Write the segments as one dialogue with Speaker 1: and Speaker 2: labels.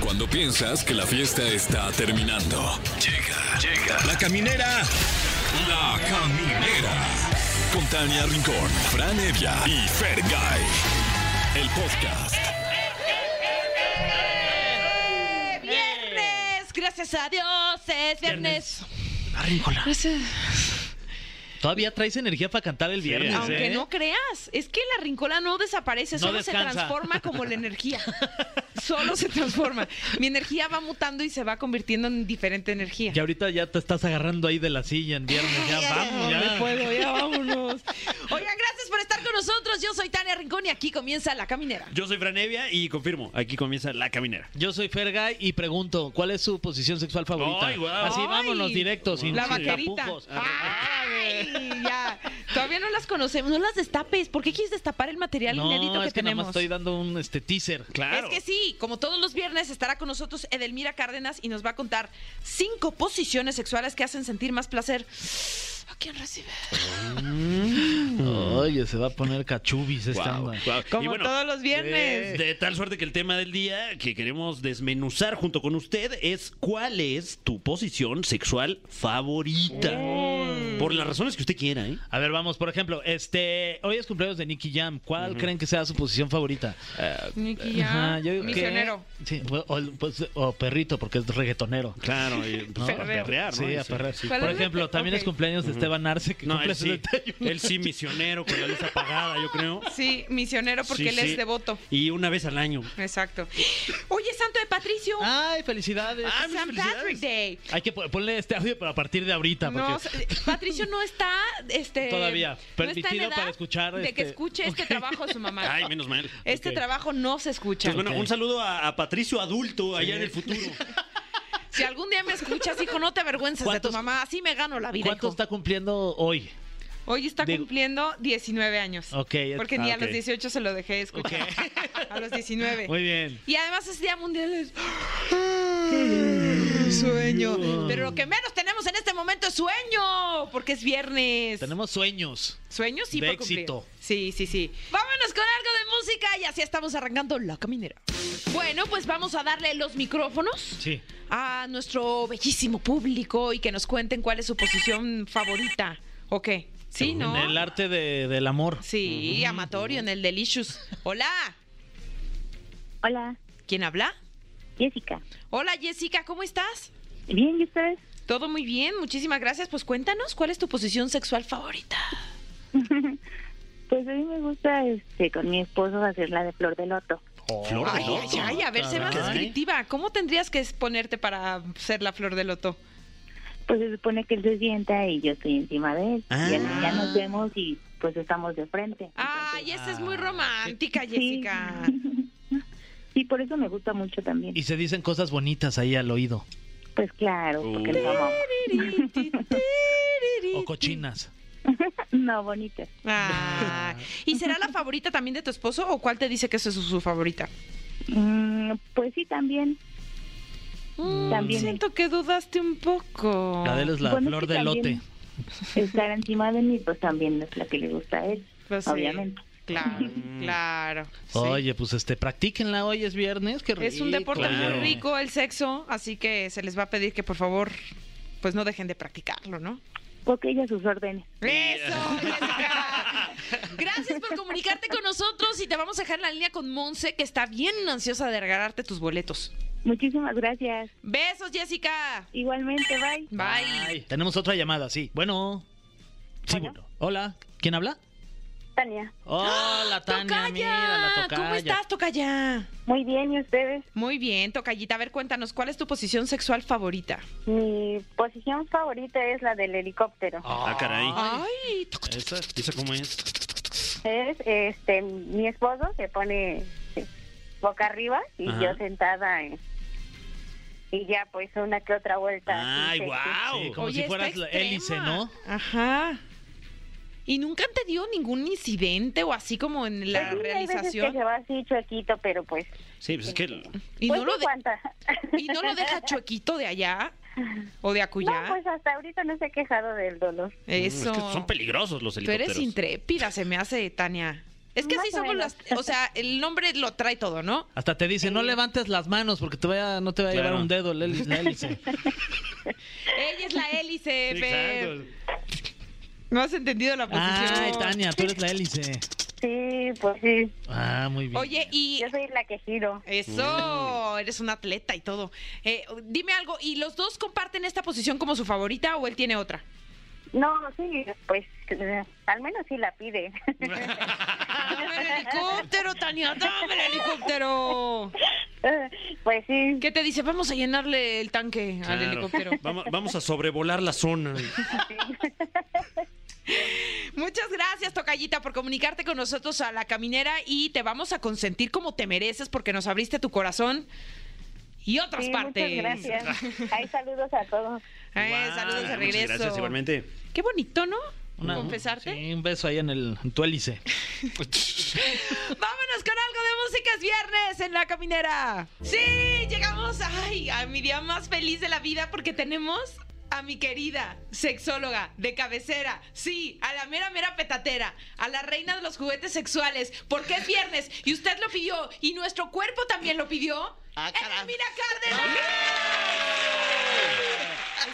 Speaker 1: Cuando piensas que la fiesta está terminando. Llega, llega. La caminera. La caminera. Con Tania Rincón, Fran Evia y Fergay. El podcast.
Speaker 2: Viernes, gracias a Dios, es viernes. Gracias.
Speaker 3: Todavía traes energía para cantar el viernes.
Speaker 2: Aunque
Speaker 3: ¿eh?
Speaker 2: no creas, es que la rincola no desaparece,
Speaker 3: No
Speaker 2: solo
Speaker 3: descansa.
Speaker 2: se transforma como la energía. solo se transforma. Mi energía va mutando y se va convirtiendo en diferente energía.
Speaker 3: Y ahorita ya te estás agarrando ahí de la silla en viernes. Ya vamos,
Speaker 2: No me
Speaker 3: ya.
Speaker 2: puedo, ya vámonos. Oigan, gracias por estar con nosotros. Yo soy Tania Rincón y aquí comienza La Caminera.
Speaker 4: Yo soy Franevia y confirmo, aquí comienza la caminera.
Speaker 3: Yo soy Fergay y pregunto, ¿cuál es su posición sexual favorita?
Speaker 4: Ay, guau.
Speaker 3: Así
Speaker 2: Ay,
Speaker 3: vámonos directos, sin,
Speaker 2: La
Speaker 3: sin
Speaker 2: vaquerita. Ah,
Speaker 3: tapujos.
Speaker 2: Ay, ya. Todavía no las conocemos, no las destapes. ¿Por qué quieres destapar el material
Speaker 3: no,
Speaker 2: inédito que,
Speaker 3: es que nada
Speaker 2: tenemos?
Speaker 3: más estoy dando un este, teaser.
Speaker 4: Claro.
Speaker 2: Es que sí, como todos los viernes estará con nosotros Edelmira Cárdenas y nos va a contar cinco posiciones sexuales que hacen sentir más placer. ¿A quién recibe?
Speaker 3: Oye, se va a poner cachubis esta
Speaker 4: Guau,
Speaker 3: onda.
Speaker 4: guau.
Speaker 2: Como
Speaker 4: Y bueno,
Speaker 2: todos los viernes.
Speaker 4: de tal suerte que el tema del día que queremos desmenuzar junto con usted es cuál es tu posición sexual favorita.
Speaker 2: Mm.
Speaker 4: Por las razones que usted quiera, ¿eh?
Speaker 3: A ver, vamos, por ejemplo, este, hoy es cumpleaños de Nicky Jam. ¿Cuál creen que sea su posición favorita?
Speaker 2: Nicky Jam,
Speaker 3: Ajá, yo digo que-
Speaker 2: misionero.
Speaker 3: Sí, o, o- pues, o perrito, porque es reggaetonero.
Speaker 4: Claro, y, pues,
Speaker 2: Perreo.
Speaker 4: a perrear, ¿no?
Speaker 3: Sí, a perrear.
Speaker 2: ¿Cuál
Speaker 3: Por
Speaker 2: es la
Speaker 3: ejemplo,
Speaker 2: que-
Speaker 3: también
Speaker 2: ok.
Speaker 3: es cumpleaños de Esteban Arce, que
Speaker 4: No,
Speaker 3: cumple
Speaker 4: él sí,
Speaker 3: 71.
Speaker 4: él sí misionero con la luz apagada, yo creo.
Speaker 2: Sí, misionero porque
Speaker 4: Sí,
Speaker 2: él
Speaker 4: sí.
Speaker 2: es devoto.
Speaker 4: Y una vez al año.
Speaker 2: Exacto. Oye, santo de Patricio.
Speaker 3: ¡Ay, felicidades!
Speaker 4: Ah, mis
Speaker 2: San Patrick
Speaker 4: felicidades.
Speaker 2: Day.
Speaker 3: Hay que po- ponle este audio, pero a partir de ahorita, porque...
Speaker 2: No, Patricio no está este
Speaker 3: Todavía
Speaker 2: no está en
Speaker 3: permitido
Speaker 2: edad
Speaker 3: para escuchar,
Speaker 2: de que
Speaker 3: este-
Speaker 2: escuche este trabajo de su mamá.
Speaker 4: Ay, menos mal.
Speaker 2: Este
Speaker 3: ok.
Speaker 2: trabajo no se escucha.
Speaker 4: Pues bueno, un saludo a, a Patricio adulto allá en el futuro.
Speaker 2: Si algún día me escuchas, hijo, no te avergüences de tu
Speaker 3: ¿Cuántos-
Speaker 2: mamá. Así me gano la vida.
Speaker 3: ¿Cuánto
Speaker 2: hijo.
Speaker 3: está cumpliendo hoy?
Speaker 2: Hoy está
Speaker 3: Digo-
Speaker 2: cumpliendo 19 años.
Speaker 3: Ok, es-
Speaker 2: Porque ni
Speaker 3: ah,
Speaker 2: a los
Speaker 3: ok.
Speaker 2: 18 se lo dejé escuchar. A los 19.
Speaker 3: Muy bien.
Speaker 2: Y además es Día Mundial del Sueño. Pero lo que menos tenemos en este momento es sueño, porque es viernes.
Speaker 3: Tenemos sueños.
Speaker 2: Sueños sí
Speaker 3: De
Speaker 2: por cumplir.
Speaker 3: éxito.
Speaker 2: Sí, sí, sí. Vámonos con algo de música y así estamos arrancando la caminera. Bueno, pues vamos a darle los micrófonos
Speaker 3: Sí.
Speaker 2: a nuestro bellísimo público y que nos cuenten cuál es su posición favorita. ¿O qué? Sí, ¿no?
Speaker 3: En el arte de- del amor.
Speaker 2: Sí, amatorio en el Delicious. Hola,
Speaker 5: Hola,
Speaker 2: ¿quién habla?
Speaker 5: Jessica.
Speaker 2: Hola Jessica, ¿cómo estás?
Speaker 5: Bien, ¿y ustedes?
Speaker 2: Todo muy bien, muchísimas gracias. Pues cuéntanos, ¿cuál es tu posición sexual favorita?
Speaker 5: Pues a mí me gusta este, con mi esposo hacer la de flor de loto.
Speaker 4: Flor de
Speaker 2: Ay, ay,
Speaker 4: loto.
Speaker 2: ay, a ver, sé más
Speaker 3: Caray.
Speaker 2: descriptiva. ¿Cómo tendrías que ponerte para ser la flor de loto?
Speaker 5: Pues se supone que él se sienta y yo estoy encima de él.
Speaker 4: Ah.
Speaker 5: Y al- ya nos vemos y pues estamos de frente.
Speaker 3: Ah,
Speaker 2: Ay, esa es muy romántica,
Speaker 5: Sí.
Speaker 2: Jessica.
Speaker 5: Sí, por eso me gusta mucho también.
Speaker 3: Y se dicen cosas bonitas ahí al oído.
Speaker 5: Pues claro, porque
Speaker 4: Uh.
Speaker 3: Oh.
Speaker 5: lo amamos.
Speaker 3: O cochinas.
Speaker 5: No, bonita.
Speaker 2: Ah, ¿Y será la favorita también de tu esposo o cuál te dice que esa es su, su favorita?
Speaker 5: Mm, pues sí, también. También.
Speaker 2: Siento que dudaste un poco.
Speaker 3: La de él es la
Speaker 5: Bueno,
Speaker 3: flor
Speaker 5: sí,
Speaker 3: de lote.
Speaker 5: también. Estar encima de mí, pues también es la que le gusta a él,
Speaker 2: Pues sí,
Speaker 5: obviamente.
Speaker 2: Claro, claro. sí.
Speaker 3: Oye, pues este, practíquenla hoy es viernes, qué
Speaker 2: es un
Speaker 3: rico.
Speaker 2: deporte
Speaker 4: claro.
Speaker 2: muy rico el sexo, así que se les va a pedir que por favor, pues no dejen de practicarlo, ¿no?
Speaker 5: Porque ella sus órdenes.
Speaker 2: Eso, Jessica. Gracias por comunicarte con nosotros y te vamos a dejar en la línea con Monse, que está bien ansiosa de regalarte tus boletos.
Speaker 5: Muchísimas gracias.
Speaker 2: Besos, Jessica.
Speaker 5: Igualmente, bye.
Speaker 2: Bye.
Speaker 3: Ay, tenemos otra llamada, sí. Bueno. Sí,
Speaker 5: Bueno.
Speaker 3: bueno. Hola, ¿quién habla?
Speaker 5: Tania.
Speaker 6: ¡Ah!
Speaker 3: Hola, Tania. mira, la
Speaker 2: ¿Cómo
Speaker 3: tocaya.
Speaker 2: estás, Tocaya?
Speaker 5: Muy bien, ¿y ustedes?
Speaker 2: Muy bien, Tocayita. A ver, cuéntanos, ¿cuál es tu posición sexual favorita?
Speaker 5: Mi posición favorita es la del helicóptero.
Speaker 4: Ah, caray.
Speaker 2: Ay,
Speaker 4: ¿Esa? ¿Esa cómo es?
Speaker 5: Es este mi esposo se pone eh, boca arriba y
Speaker 4: Ajá.
Speaker 5: yo sentada eh, y ya pues una que otra vuelta.
Speaker 4: Ay,
Speaker 5: así, sexy.
Speaker 4: guau.
Speaker 3: Ah, Sí, como
Speaker 2: Oye,
Speaker 3: si
Speaker 2: está
Speaker 3: fueras la hélice,
Speaker 2: extrema.
Speaker 3: ¿no?
Speaker 2: Ajá. ¿Y nunca te dio ningún incidente o así como en la
Speaker 5: Pues sí, hay veces que
Speaker 2: realización?
Speaker 5: se va así chuequito, pero pues
Speaker 4: Sí, pues es que
Speaker 2: ¿Y,
Speaker 5: pues
Speaker 2: no lo
Speaker 5: sí
Speaker 2: de-
Speaker 5: aguanta.
Speaker 2: ¿Y no lo deja chuequito de allá o de
Speaker 5: No,
Speaker 2: acullá?
Speaker 5: pues hasta ahorita no se ha quejado del dolor.
Speaker 3: Mm,
Speaker 2: Eso.
Speaker 4: Es que son peligrosos los
Speaker 2: Tú
Speaker 4: helicópteros.
Speaker 2: eres intrépida, se me hace, Tania. Es que
Speaker 5: Más
Speaker 2: así
Speaker 5: o
Speaker 2: somos las.
Speaker 5: menos.
Speaker 2: O sea, el nombre lo trae todo, ¿no?
Speaker 3: Hasta te dice, no levantes las manos porque te vaya, no te va a llevar
Speaker 4: Claro.
Speaker 3: un dedo el hélice. la hélice".
Speaker 2: Ella es la hélice, Fer. Ah,
Speaker 4: Exacto.
Speaker 2: No has entendido la posición.
Speaker 3: Ay, Ah, Tania, tú eres la hélice.
Speaker 5: Sí, pues sí.
Speaker 3: Ah, muy bien.
Speaker 2: Oye, y
Speaker 5: Yo soy la que giro.
Speaker 4: Mm.
Speaker 2: eso, eres un atleta y todo. Eh, dime algo, ¿y los dos comparten esta posición como su favorita o él tiene otra?
Speaker 5: No, sí, pues eh, al menos sí la pide.
Speaker 2: ¡Dame el helicóptero, Tania! ¡Dame el helicóptero!
Speaker 5: pues sí.
Speaker 2: ¿Qué te dice? Vamos a llenarle el tanque al
Speaker 4: Claro.
Speaker 2: helicóptero.
Speaker 4: Vamos, vamos a sobrevolar la zona.
Speaker 2: Muchas gracias, Tocayita, por comunicarte con nosotros a la caminera y te vamos a consentir como te mereces porque nos abriste tu corazón y otras
Speaker 5: Sí,
Speaker 2: partes.
Speaker 5: muchas gracias. Hay saludos a todos.
Speaker 2: Eh,
Speaker 4: Guau,
Speaker 2: saludos de
Speaker 4: muchas
Speaker 2: regreso.
Speaker 4: Gracias, igualmente.
Speaker 2: Qué bonito, ¿no?
Speaker 3: Una-
Speaker 2: Confesarte.
Speaker 3: Sí, un beso ahí en, el, en tu hélice.
Speaker 2: Vámonos con algo de música, es viernes en la caminera. Sí, llegamos ay, a mi día más feliz de la vida porque tenemos a mi querida sexóloga de cabecera. Sí, a la mera, mera petatera, a la reina de los juguetes sexuales, porque es viernes y usted lo pidió y nuestro cuerpo también lo pidió.
Speaker 6: Ah, caramba.
Speaker 2: ¡Edelmira Cárdenas!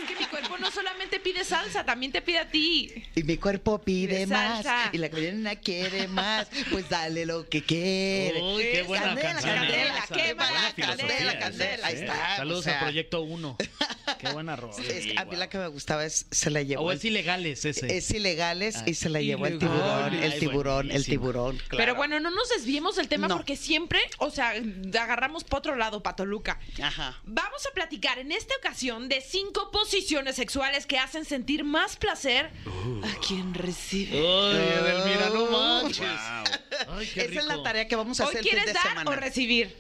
Speaker 2: Es que mi cuerpo no solamente pide salsa, también te pide a ti.
Speaker 6: Y mi cuerpo
Speaker 2: De
Speaker 6: pide más.
Speaker 2: salsa.
Speaker 6: Y la colina quiere más. Pues dale lo que quiere.
Speaker 3: Uy, qué buena canción,
Speaker 6: Candela,
Speaker 2: ¿eh?
Speaker 6: candela, qué
Speaker 2: Buena
Speaker 6: mala
Speaker 2: filosofía,
Speaker 6: candela, candela. Ahí
Speaker 3: Sí.
Speaker 6: está.
Speaker 3: Saludos
Speaker 6: o sea,
Speaker 3: a Proyecto 1. Qué buena rola.
Speaker 6: es que a mí la que me gustaba es se la llevó.
Speaker 3: O
Speaker 6: el-
Speaker 3: es ilegales ese.
Speaker 6: es ilegales y se la llevó el
Speaker 3: ilegales.
Speaker 6: tiburón,
Speaker 3: Ay,
Speaker 6: el tiburón, el
Speaker 3: buenísimo.
Speaker 6: tiburón. claro.
Speaker 2: Pero bueno, no nos desviemos del tema
Speaker 6: No.
Speaker 2: porque siempre, o sea, agarramos para otro lado, Patoluca.
Speaker 6: Ajá.
Speaker 2: Vamos a platicar en esta ocasión de cinco posiciones sexuales que hacen sentir más placer
Speaker 6: Uh.
Speaker 2: a quien
Speaker 6: Eh,
Speaker 2: recibe.
Speaker 3: Ay, Edelmira, no manches.
Speaker 4: Ah, Guau.
Speaker 3: Ay, qué
Speaker 6: Esa es la
Speaker 3: rico.
Speaker 6: tarea que vamos a
Speaker 2: Hoy
Speaker 6: hacer el fin
Speaker 2: quieres
Speaker 6: de
Speaker 2: dar
Speaker 6: semana.
Speaker 2: o recibir.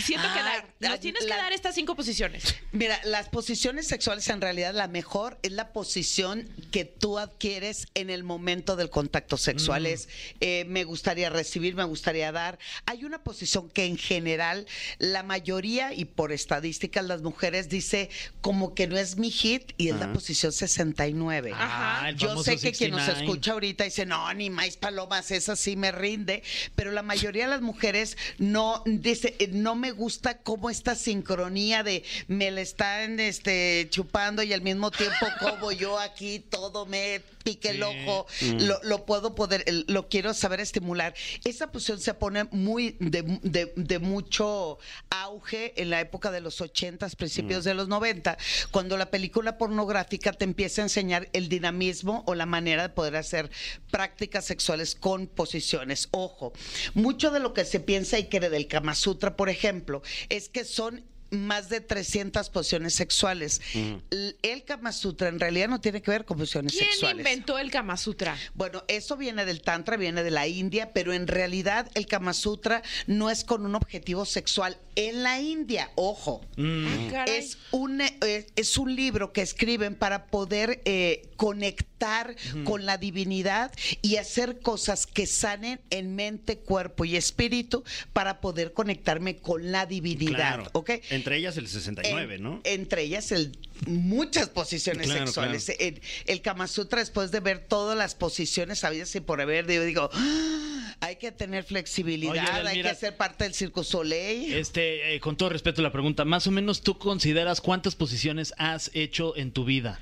Speaker 2: Siento que
Speaker 6: Ah,
Speaker 2: dar.
Speaker 6: la-
Speaker 2: Nos tienes
Speaker 6: la-
Speaker 2: que dar estas cinco posiciones.
Speaker 6: Mira, las posiciones sexuales en realidad la mejor es la posición que tú adquieres en el momento del contacto sexual. Es eh, me gustaría recibir, me gustaría dar. Hay una posición que en general la mayoría y por estadísticas las mujeres dice como que no es mi hit y es la posición 69.
Speaker 2: Ajá.
Speaker 3: Ah, el
Speaker 6: Yo
Speaker 3: famoso
Speaker 6: sé que quien nos
Speaker 3: 69.
Speaker 6: escucha ahorita dice, no, ni más palomas, esa sí me rinde, pero la mayoría de las mujeres no dice, eh, no me gusta cómo esta sincronía de me la están este, chupando y al mismo tiempo como yo aquí todo me pique el
Speaker 3: Sí.
Speaker 6: ojo, lo, lo puedo poder, el- lo quiero saber estimular. Esa posición se pone muy de, de- de mucho auge en la época de los 80s, principios de los 90, cuando la película pornográfica te empieza a enseñar el dinamismo o la manera de poder hacer prácticas sexuales con posiciones. Ojo, mucho de lo que se piensa y cree del Kama Sutra, por ejemplo, es que son más de 300 posiciones sexuales. L- El Kama Sutra en realidad no tiene que ver con posiciones
Speaker 2: ¿Quién
Speaker 6: sexuales.
Speaker 2: inventó el Kama Sutra?
Speaker 6: Bueno, eso viene del Tantra, viene de la India, pero en realidad el Kama Sutra no es con un objetivo sexual. En la India, ojo,
Speaker 4: Mm,
Speaker 2: Ah, caray.
Speaker 6: Mm, es un, eh, es un libro que escriben para poder eh, conectar con la divinidad y hacer cosas que sanen en mente, cuerpo y espíritu para poder conectarme con la divinidad.
Speaker 4: Claro.
Speaker 6: ¿ok? Eh,
Speaker 4: Entre ellas el 69,
Speaker 6: En-
Speaker 4: ¿no?
Speaker 6: Entre ellas el, muchas posiciones
Speaker 4: Claro,
Speaker 6: sexuales. El, el Kama Sutra, después de ver todas las posiciones sabidas y por haber, yo digo, "Ah, hay que tener flexibilidad,
Speaker 3: Oye,
Speaker 6: hay
Speaker 3: Edelmira,
Speaker 6: que ser parte del Circo Soleil.
Speaker 3: Este, eh, con todo respeto a la pregunta, más o menos tú consideras cuántas posiciones has hecho en tu vida.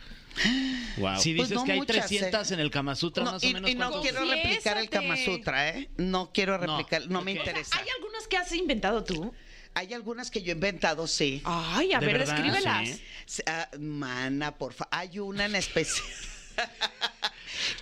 Speaker 4: Wow.
Speaker 3: Si
Speaker 6: Pues
Speaker 3: dices
Speaker 6: no
Speaker 3: que hay
Speaker 6: muchas,
Speaker 3: 300 en el Kama Sutra,
Speaker 6: No,
Speaker 3: más o
Speaker 6: y,
Speaker 3: menos
Speaker 6: y no
Speaker 3: ¿cuántas?
Speaker 6: quiero
Speaker 2: Confiésate.
Speaker 6: replicar el Kama Sutra, ¿eh? No quiero
Speaker 3: No,
Speaker 6: replicar, no, me
Speaker 3: ok.
Speaker 2: O sea,
Speaker 6: interesa.
Speaker 2: ¿Hay algunas que has inventado tú?
Speaker 6: Hay algunas que yo he inventado,
Speaker 2: Ah,
Speaker 6: sí.
Speaker 2: Ay, a
Speaker 3: ¿De
Speaker 2: ver,
Speaker 3: verdad?
Speaker 2: descríbelas.
Speaker 4: Sí.
Speaker 6: S- ah, mana, por favor. Hay una en especial.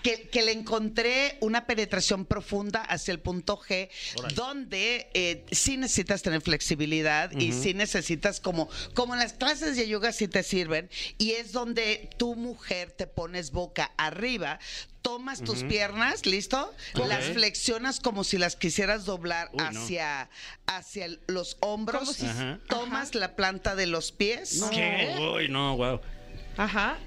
Speaker 6: Que, que le encontré una penetración profunda hacia el punto G, donde eh, sí necesitas tener flexibilidad y sí necesitas como, como en las clases de yoga sí te sirven, y es donde tu mujer te pones boca arriba, tomas tus piernas, ¿listo? Las flexionas como si las quisieras doblar
Speaker 4: Uy, no.
Speaker 6: hacia, hacia el- los hombros,
Speaker 2: si-
Speaker 4: Ajá.
Speaker 6: tomas la planta de los pies
Speaker 4: ¿Qué? Uy, no, wow.
Speaker 2: Ajá.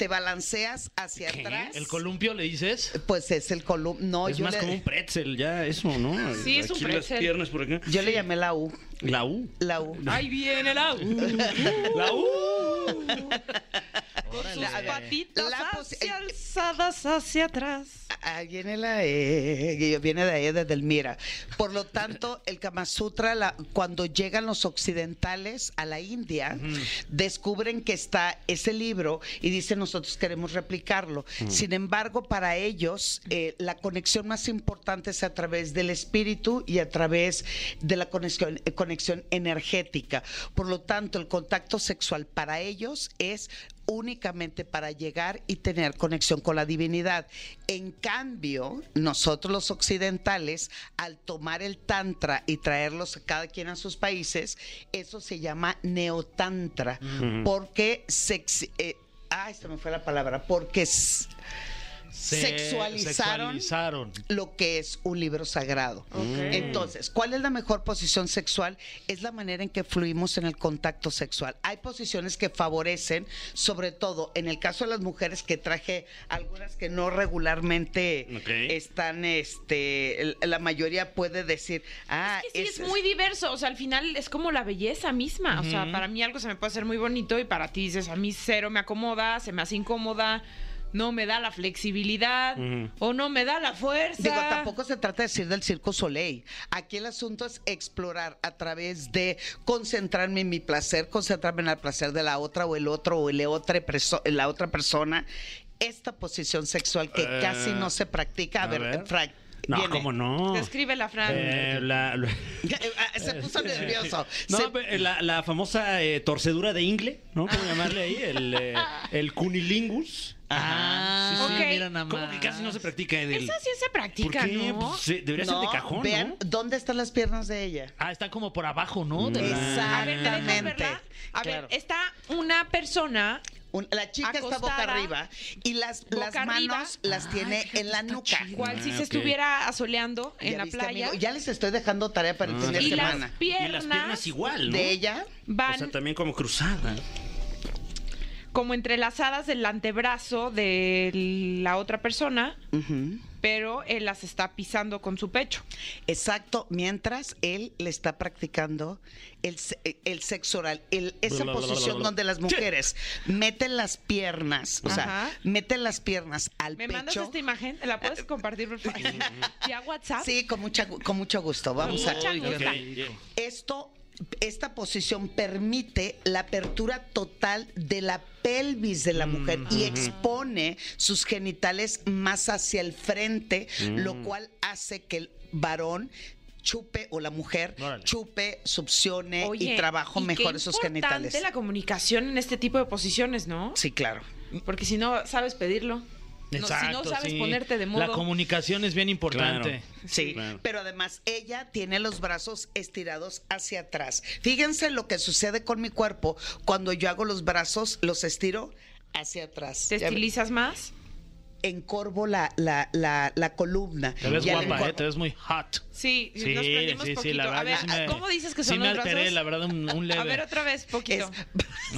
Speaker 6: te balanceas hacia
Speaker 4: ¿Qué?
Speaker 6: atrás.
Speaker 3: ¿El columpio le dices?
Speaker 6: pues es el column. No,
Speaker 4: es
Speaker 6: yo,
Speaker 4: más
Speaker 6: le,
Speaker 4: como un pretzel, ya, eso, ¿no?
Speaker 2: Sí, es un
Speaker 4: Aquí
Speaker 2: pretzel.
Speaker 4: las piernas por acá.
Speaker 6: yo le llamé la U.
Speaker 4: La U.
Speaker 6: La U.
Speaker 2: Ahí viene la U.
Speaker 4: La U.
Speaker 2: Sus patitas
Speaker 6: La posi-
Speaker 2: hacia alzadas hacia atrás.
Speaker 6: ahí viene la E, que viene de ahí, desde el Mira. Por lo tanto, el Kama Sutra, la- cuando llegan los occidentales a la India, descubren que está ese libro y dicen nosotros queremos replicarlo. Sin embargo, para ellos, eh, la conexión más importante es a través del espíritu y a través de la conexión, eh, conexión energética. Por lo tanto, el contacto sexual para ellos es únicamente para llegar y tener conexión con la divinidad. En cambio, nosotros los occidentales, al tomar el tantra y traerlos a cada quien a sus países, eso se llama neotantra, porque sex- eh, ay, se me fue la palabra, porque s-
Speaker 3: Se-
Speaker 6: sexualizaron
Speaker 3: sexualizaron.
Speaker 6: lo que es un libro sagrado. Entonces, ¿cuál es la mejor posición sexual? Es la manera en que fluimos en el contacto sexual. Hay posiciones que favorecen, sobre todo en el caso de las mujeres que traje algunas que no regularmente
Speaker 4: Ok.
Speaker 6: están, este, el- la mayoría puede decir, ah,
Speaker 2: Es que sí, es
Speaker 6: ese
Speaker 2: muy diverso. O sea, al final es como la belleza misma. O sea, para mí algo se me puede hacer muy bonito y para ti dices, a mí cero me acomoda, se me hace incómoda, no me da la flexibilidad
Speaker 4: Ujú.
Speaker 2: o no me da la fuerza.
Speaker 6: Digo, tampoco se trata de decir del circo Soleil. Aquí el asunto es explorar a través de concentrarme en mi placer, concentrarme en el placer de la otra o el otro o el otra preso- la otra persona. Esta posición sexual que
Speaker 4: Eh,
Speaker 6: casi no se practica. A,
Speaker 4: a
Speaker 6: ver,
Speaker 4: ver.
Speaker 6: Frank.
Speaker 4: No,
Speaker 6: viene.
Speaker 4: ¿cómo no?
Speaker 2: Escribe la Fran.
Speaker 4: Eh, la, la-
Speaker 6: Eh, ah, Se puso nervioso.
Speaker 4: No,
Speaker 6: Se-
Speaker 4: pero, eh, la, la famosa eh, torcedura de ingle, ¿no? ¿Cómo llamarle ahí? El, eh, el cunilingus.
Speaker 3: Ah, sí, sí,
Speaker 2: Ok.
Speaker 3: mira nada
Speaker 4: Como
Speaker 3: más.
Speaker 4: que casi no se practica en el.
Speaker 2: Esa sí se
Speaker 4: ¿Por
Speaker 2: practica,
Speaker 4: qué?
Speaker 2: ¿no?
Speaker 4: Pues, eh, debería ser de
Speaker 6: No,
Speaker 4: cajón,
Speaker 6: Vean,
Speaker 4: ¿no?
Speaker 6: ¿dónde están las piernas de ella?
Speaker 3: Ah, están como por abajo, ¿no? De la-
Speaker 2: A ver, ¿me dejas
Speaker 6: Exactamente.
Speaker 2: verla? A ver,
Speaker 6: Claro.
Speaker 2: está una persona
Speaker 6: Un- la chica está boca
Speaker 2: Acostada.
Speaker 6: arriba y las,
Speaker 2: Boca
Speaker 6: las manos
Speaker 2: arriba.
Speaker 6: las tiene en la nuca.
Speaker 2: cual si
Speaker 4: Ah,
Speaker 2: se
Speaker 4: ok.
Speaker 2: estuviera asoleando en
Speaker 6: ¿Ya
Speaker 2: la
Speaker 6: viste,
Speaker 2: playa.
Speaker 6: amigo? Ya les estoy dejando tarea para
Speaker 4: Mm.
Speaker 6: el fin de
Speaker 2: Y las
Speaker 6: semana.
Speaker 4: Y las piernas
Speaker 2: piernas
Speaker 4: igual, ¿no?
Speaker 6: De ella,
Speaker 2: van
Speaker 4: O sea, también como cruzada.
Speaker 2: como entrelazadas del antebrazo de la otra persona, pero él las está pisando con su pecho.
Speaker 6: exacto, mientras él le está practicando el, se- el sexo oral, el- esa
Speaker 4: Bla, bla, bla,
Speaker 6: posición
Speaker 4: bla, bla.
Speaker 6: donde las mujeres meten las piernas, o sea,
Speaker 2: Ajá.
Speaker 6: meten las piernas al
Speaker 2: ¿Me mandas este
Speaker 6: pecho.
Speaker 2: esta imagen? ¿La puedes compartir, por favor? ¿Ya WhatsApp?
Speaker 6: Sí, con, mucha, gu- con mucho gusto. Vamos a,
Speaker 2: Mucha gusta.
Speaker 6: Esto, esta posición permite la apertura total de la pelvis de la mujer y expone sus genitales más hacia el frente, lo cual hace que el varón chupe o la mujer
Speaker 3: Órale.
Speaker 6: chupe, succione
Speaker 2: Oye,
Speaker 6: eh, y trabajo
Speaker 2: y qué
Speaker 6: mejor esos
Speaker 2: importante
Speaker 6: genitales.
Speaker 2: la comunicación en este tipo de posiciones, ¿no?
Speaker 6: Sí, claro.
Speaker 2: Porque si no sabes pedirlo, no- si no
Speaker 3: Exacto,
Speaker 2: sabes
Speaker 3: sí.
Speaker 2: ponerte de modo.
Speaker 3: La comunicación es bien importante.
Speaker 4: Claro.
Speaker 6: Sí,
Speaker 4: Claro.
Speaker 6: pero además ella tiene los brazos estirados hacia atrás. Fíjense lo que sucede con mi cuerpo cuando yo hago los brazos, los estiro hacia atrás.
Speaker 2: ¿Te
Speaker 6: Ya ve-
Speaker 2: estilizas más?
Speaker 6: encorvo la, la, la, la columna.
Speaker 3: Te ves
Speaker 6: Y al
Speaker 3: guapa,
Speaker 6: encorvo-
Speaker 3: ¿eh? Te ves muy hot.
Speaker 2: Sí, nos prendimos poquito. a ver,
Speaker 3: sí me-
Speaker 2: ¿cómo dices que
Speaker 3: sí
Speaker 2: son
Speaker 3: me
Speaker 2: los brazos?
Speaker 3: alteré, la verdad, un, un leve.
Speaker 2: A ver, otra vez,
Speaker 6: Es
Speaker 2: poquito.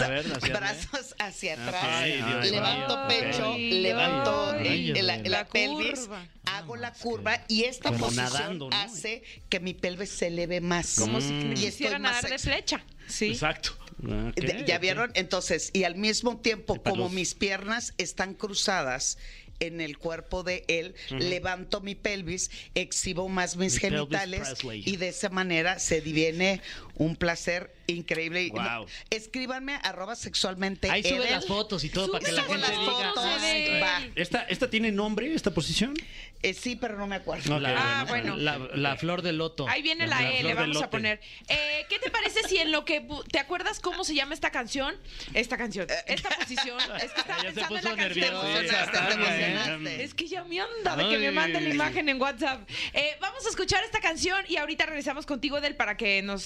Speaker 3: A ver, hacia arriba.
Speaker 6: brazos hacia atrás,
Speaker 3: Ay, Dios
Speaker 6: levanto
Speaker 2: mío.
Speaker 6: pecho,
Speaker 2: Ay,
Speaker 6: levanto
Speaker 2: ay,
Speaker 6: el- la,
Speaker 3: ay,
Speaker 6: la
Speaker 2: la
Speaker 6: pelvis,
Speaker 2: curva.
Speaker 6: hago la curva y esta
Speaker 4: como
Speaker 6: posición
Speaker 4: nadando, ¿no?
Speaker 6: hace que mi pelvis se eleve más.
Speaker 2: Como si
Speaker 6: Y
Speaker 2: me
Speaker 6: estoy
Speaker 2: quisieran
Speaker 6: más
Speaker 2: nadar de
Speaker 6: ex-
Speaker 2: flecha. Sí.
Speaker 3: Mm. Exacto.
Speaker 6: De- ¿Ya vieron? Entonces, y al mismo tiempo,
Speaker 4: para
Speaker 6: como
Speaker 4: los-
Speaker 6: mis piernas están cruzadas en el cuerpo de él, levanto mi pelvis, exhibo más mis
Speaker 3: Mi pelvis
Speaker 6: genitales
Speaker 3: Presley.
Speaker 6: y de esa manera se diviene un placer increíble. Y-
Speaker 4: Guau.
Speaker 6: Escríbanme arroba sexualmente.
Speaker 3: Ahí sube
Speaker 6: Edel.
Speaker 3: las fotos y todo para que la
Speaker 6: Subo
Speaker 3: gente
Speaker 6: las
Speaker 3: diga.
Speaker 6: fotos,
Speaker 2: No se ve.
Speaker 6: va.
Speaker 4: ¿Esta, ¿Esta tiene nombre, esta posición?
Speaker 6: Eh, sí, pero no me acuerdo.
Speaker 4: Ok,
Speaker 2: Ah, bueno.
Speaker 3: La, la flor de loto.
Speaker 2: Ahí viene la,
Speaker 4: La
Speaker 2: E,
Speaker 4: flor
Speaker 2: le
Speaker 4: del
Speaker 2: vamos a
Speaker 4: lote.
Speaker 2: poner. Eh, ¿Qué te parece si en lo que... bu- ¿Te acuerdas cómo se llama esta canción? Esta canción. Esta posición. Es que estaba
Speaker 3: Ya se
Speaker 2: pensando en
Speaker 3: puso
Speaker 2: la
Speaker 6: Te
Speaker 2: canción.
Speaker 3: nervioso.
Speaker 6: emocionaste, Eh, te
Speaker 3: Ay,
Speaker 6: emocionaste.
Speaker 2: Es que ya me anda de que me
Speaker 3: Ay.
Speaker 2: mande la imagen en WhatsApp. Eh, vamos a escuchar esta canción y ahorita regresamos contigo, Del, para que nos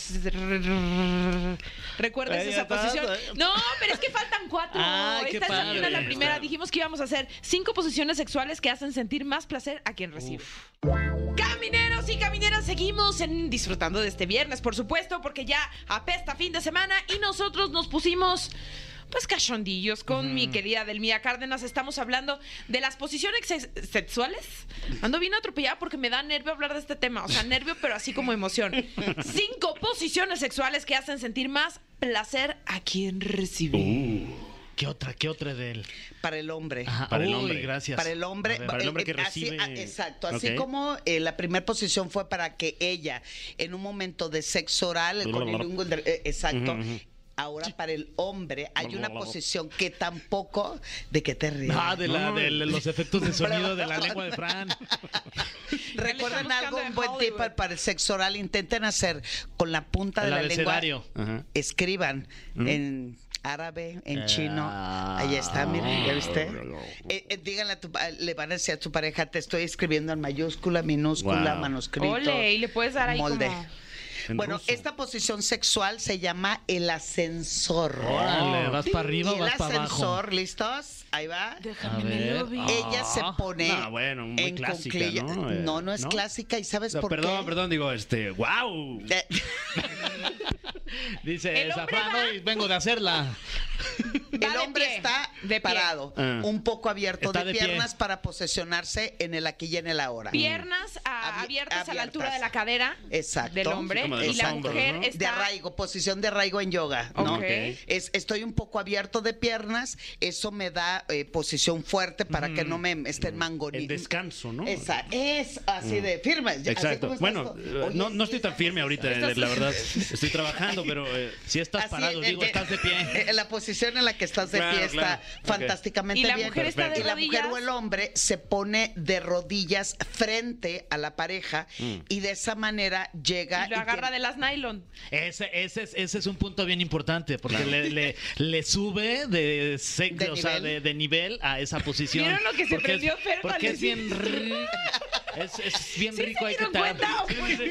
Speaker 2: recuerdes
Speaker 3: Ay,
Speaker 2: esa
Speaker 3: ya estás,
Speaker 2: posición.
Speaker 3: eh.
Speaker 2: No, pero es que faltan cuatro.
Speaker 3: Ay, qué
Speaker 2: Esta es apenas la
Speaker 3: padre.
Speaker 2: primera. Dijimos que íbamos a hacer cinco posiciones sexuales que hacen sentir más placer a quien recibe. Camineros y camineras, seguimos en- disfrutando de este viernes, por supuesto, porque ya apesta fin de semana y nosotros nos pusimos. Pues cachondillos con mi querida Delmira Cárdenas. Estamos hablando de las posiciones sex- sexuales. Ando bien atropellada porque me da nervio hablar de este tema. O sea, nervio, pero así como emoción.
Speaker 3: Uh.
Speaker 2: Cinco posiciones sexuales que hacen sentir más placer a quien recibe.
Speaker 3: ¿Qué otra? ¿Qué otra de él?
Speaker 6: para el hombre.
Speaker 3: Ajá,
Speaker 4: Para el
Speaker 3: uy,
Speaker 4: hombre.
Speaker 3: gracias.
Speaker 6: Para el hombre,
Speaker 3: A ver,
Speaker 4: para el hombre
Speaker 6: eh,
Speaker 4: que
Speaker 6: eh, así,
Speaker 4: recibe-
Speaker 6: ah, exacto, así
Speaker 4: Ok.
Speaker 6: como eh, la primera posición fue para que ella, en un momento de sexo oral, el
Speaker 4: Blablabla.
Speaker 6: conilingo, el de- eh, exacto.
Speaker 4: Ujú, ujú.
Speaker 6: Ahora para el hombre hay una
Speaker 4: Blablabla.
Speaker 6: posición que tampoco de que te rías.
Speaker 3: Ah, de, la,
Speaker 4: No, no,
Speaker 3: de
Speaker 4: no.
Speaker 3: los efectos de sonido de la lengua de Fran.
Speaker 2: Estamos
Speaker 6: Recuerden algo,
Speaker 2: buscando
Speaker 6: un
Speaker 2: en
Speaker 6: buen tip
Speaker 2: Hollywood.
Speaker 6: para el sexo oral, intenten hacer con la punta de
Speaker 3: El
Speaker 6: la lengua,
Speaker 3: abecedario.
Speaker 4: Ajá.
Speaker 6: escriban
Speaker 4: ¿Mm?
Speaker 6: en árabe, en chino,
Speaker 4: Ah.
Speaker 6: ahí está, miren, ¿ya viste? Eh, eh, díganle a tu, pa- le van a decir a tu pareja, te estoy escribiendo en mayúscula, minúscula,
Speaker 4: Wow.
Speaker 6: manuscrito.
Speaker 2: Ole, y le puedes dar ahí
Speaker 6: molde.
Speaker 2: como-
Speaker 4: En
Speaker 6: Bueno,
Speaker 4: ruso.
Speaker 6: esta posición sexual se llama el ascensor.
Speaker 3: Órale, ¿vas para
Speaker 6: Y
Speaker 3: arriba o
Speaker 6: el
Speaker 3: vas para abajo?
Speaker 6: ascensor, ¿listos? Ahí va.
Speaker 3: A ver.
Speaker 6: Ella se pone
Speaker 4: No, Ah. bueno, muy
Speaker 6: en
Speaker 4: clásica,
Speaker 6: cuclilla-
Speaker 4: ¿no? Eh,
Speaker 6: No, no es
Speaker 4: ¿no?
Speaker 6: clásica y sabes
Speaker 4: No,
Speaker 6: por
Speaker 4: perdón,
Speaker 6: qué.
Speaker 4: perdón, digo, este, wow.
Speaker 6: Eh,
Speaker 3: Dice
Speaker 2: El
Speaker 3: esa
Speaker 2: hombre
Speaker 3: Fran,
Speaker 2: va-
Speaker 3: hoy vengo de hacerla.
Speaker 2: Va
Speaker 6: el
Speaker 2: de
Speaker 6: hombre
Speaker 2: pie,
Speaker 6: está
Speaker 2: de pie.
Speaker 6: parado,
Speaker 4: Ah.
Speaker 6: un poco abierto
Speaker 3: Está de
Speaker 6: de,
Speaker 3: pie.
Speaker 6: piernas para posesionarse en el aquí y en el ahora.
Speaker 2: Piernas ah,
Speaker 6: Abi-
Speaker 2: abiertas, a la altura
Speaker 6: abiertas.
Speaker 2: de la cadera
Speaker 6: Exacto.
Speaker 2: del
Speaker 4: Sí,
Speaker 2: hombre
Speaker 4: como de
Speaker 2: y
Speaker 4: los
Speaker 2: la
Speaker 4: hombros,
Speaker 2: mujer
Speaker 4: ¿no?
Speaker 2: está
Speaker 6: De arraigo, posición de arraigo en yoga, ¿no?
Speaker 2: Ok.
Speaker 6: Es, estoy un poco abierto de piernas, eso me da eh, posición fuerte para que no me estén
Speaker 4: Mm. El
Speaker 6: mangonando.
Speaker 4: descanso, ¿no? Mm.
Speaker 6: Esa, es así de firme. ya, así como
Speaker 4: Exacto.
Speaker 6: estás
Speaker 4: Bueno,
Speaker 6: tú.
Speaker 4: eh,
Speaker 6: Oye,
Speaker 4: no, no
Speaker 6: sí,
Speaker 4: estoy tan firme ahorita, eh, la verdad. Estoy trabajando, pero eh,
Speaker 3: Si estás
Speaker 6: Así,
Speaker 3: parado,
Speaker 6: eh,
Speaker 3: digo,
Speaker 6: eh,
Speaker 3: estás de pie.
Speaker 6: eh, La posición en la que estás de
Speaker 4: Claro,
Speaker 6: pie está
Speaker 4: claro. Ok.
Speaker 6: fantásticamente
Speaker 2: Y la
Speaker 6: bien.
Speaker 2: mujer está de
Speaker 6: y la mujer
Speaker 2: rodillas.
Speaker 6: o el hombre se pone de rodillas frente a la pareja
Speaker 4: Mm.
Speaker 6: y de esa manera llega
Speaker 2: y lo agarra de las nylon.
Speaker 3: Ese, ese, es, ese es un punto bien importante porque le, le, le sube de, sec-
Speaker 6: De
Speaker 3: o sea,
Speaker 6: nivel.
Speaker 3: de, de nivel a esa posición.
Speaker 2: ¿Vieron lo que se
Speaker 3: Porque es-
Speaker 2: prendió Fer al
Speaker 3: Porque es
Speaker 2: decir?
Speaker 3: bien, ri- es, es bien
Speaker 2: ¿Sí se
Speaker 3: rico. ahí que
Speaker 2: dieron
Speaker 3: te-
Speaker 2: cuenta o fue solo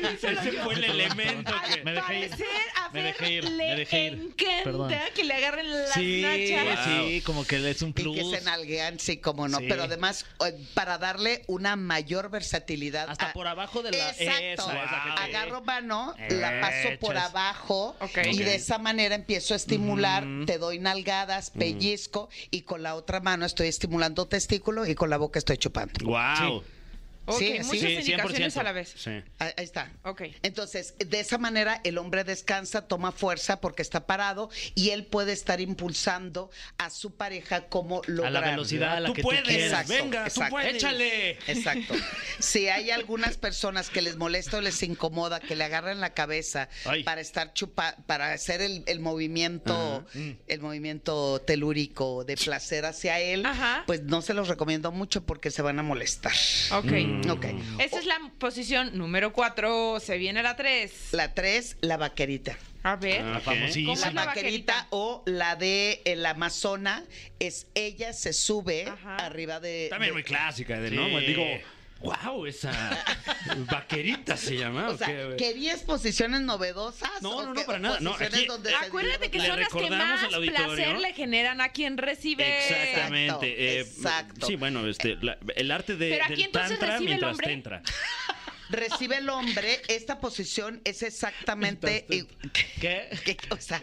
Speaker 4: ese
Speaker 2: yo?
Speaker 4: fue el
Speaker 3: Perdón,
Speaker 4: elemento
Speaker 3: perdón.
Speaker 4: que.
Speaker 3: Me
Speaker 2: Al
Speaker 3: dejé ir.
Speaker 2: parecer a
Speaker 3: Me
Speaker 2: Fer
Speaker 3: dejé ir,
Speaker 2: le
Speaker 3: me dejé ir.
Speaker 2: encanta
Speaker 3: Perdón.
Speaker 2: que le agarren las
Speaker 3: Sí,
Speaker 2: nachas.
Speaker 3: sí, como que le es un
Speaker 6: y
Speaker 3: plus.
Speaker 6: que se nalguean, sí, como no.
Speaker 3: Sí.
Speaker 6: Pero además, eh, para darle una mayor versatilidad.
Speaker 3: Hasta
Speaker 6: a-
Speaker 3: por abajo de la...
Speaker 6: Exacto.
Speaker 3: Esa, esa Eh, que te-
Speaker 6: Agarro mano, la paso por
Speaker 3: Echas.
Speaker 6: abajo
Speaker 2: Ok.
Speaker 6: y
Speaker 2: Ok.
Speaker 6: de esa manera empiezo a estimular, te doy nalgadas, pellizco y con la otra mano estoy estimulando testículo y con la boca estoy chupando.
Speaker 4: Wow.
Speaker 2: Ok,
Speaker 6: Sí,
Speaker 2: muchas
Speaker 6: sí.
Speaker 3: Sí,
Speaker 2: indicaciones
Speaker 3: 100%.
Speaker 2: a la vez.
Speaker 4: Sí.
Speaker 6: Ah, Ahí está.
Speaker 2: Ok.
Speaker 6: Entonces, de esa manera el hombre descansa, toma fuerza porque está parado y él puede estar impulsando a su pareja como
Speaker 3: A
Speaker 6: lograr.
Speaker 3: la velocidad a la
Speaker 4: Tú
Speaker 3: que
Speaker 4: puedes.
Speaker 3: tú quieras.
Speaker 6: Exacto,
Speaker 4: venga,
Speaker 6: exacto.
Speaker 4: tú puedes.
Speaker 3: ¡Échale!
Speaker 6: Exacto. Si hay algunas personas que les molesta o les incomoda que le agarren la cabeza
Speaker 3: Ay.
Speaker 6: para estar chupa, para hacer el, el movimiento, Mm. el movimiento telúrico de placer hacia él,
Speaker 2: Ajá.
Speaker 6: pues no se los recomiendo mucho porque se van a molestar.
Speaker 2: Ok.
Speaker 3: Mm.
Speaker 6: Ok.
Speaker 2: Esa es la posición número cuatro. Se viene la tres.
Speaker 6: La tres, la vaquerita.
Speaker 2: A ver.
Speaker 4: Ah,
Speaker 3: famosísima.
Speaker 2: ¿Cómo es
Speaker 6: la
Speaker 2: la
Speaker 6: vaquerita,
Speaker 2: vaquerita?
Speaker 6: o la de eh, la amazona es ella se sube
Speaker 2: Ajá.
Speaker 6: arriba de
Speaker 4: También
Speaker 6: de-
Speaker 4: muy clásica, de-
Speaker 3: Sí.
Speaker 4: ¿no? Digo, wow, esa vaquerita se llama.
Speaker 6: o sea,
Speaker 4: qué?
Speaker 6: ¿querías posiciones novedosas?
Speaker 4: No,
Speaker 6: ¿O
Speaker 4: no, no,
Speaker 6: qué?
Speaker 4: para nada. No,
Speaker 6: Posiciones
Speaker 4: aquí-
Speaker 6: donde se
Speaker 2: Acuérdate que
Speaker 4: Le
Speaker 2: son las que
Speaker 4: recordamos
Speaker 2: más
Speaker 4: al auditorio.
Speaker 2: placer le generan a quien recibe.
Speaker 4: Exactamente. eh,
Speaker 6: exacto.
Speaker 4: sí, bueno, este, la- el arte de,
Speaker 2: Pero aquí
Speaker 4: del
Speaker 2: entonces
Speaker 4: tantra
Speaker 2: recibe el
Speaker 4: mientras
Speaker 2: hombre.
Speaker 4: te entra.
Speaker 6: recibe el hombre, esta posición es exactamente.
Speaker 3: Entonces, ¿Qué?
Speaker 6: ¿Qué? o sea,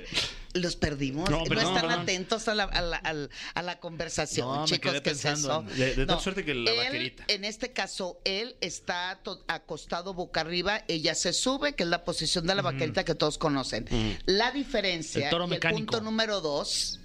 Speaker 6: los perdimos.
Speaker 4: No,
Speaker 6: No,
Speaker 4: perdón,
Speaker 6: están
Speaker 4: perdón.
Speaker 6: atentos a la, a la- al- a la conversación,
Speaker 3: No, me
Speaker 6: chicos.
Speaker 3: quedé
Speaker 6: ¿qué es
Speaker 3: pensando
Speaker 6: eso?
Speaker 4: en- de- de tal
Speaker 6: No,
Speaker 4: suerte que la
Speaker 6: él,
Speaker 4: vaquerita.
Speaker 6: En este caso, él está to- acostado boca arriba, ella se sube, que es la posición de la vaquerita que todos conocen. La diferencia,
Speaker 3: El toro
Speaker 6: y
Speaker 3: mecánico.
Speaker 6: punto número dos.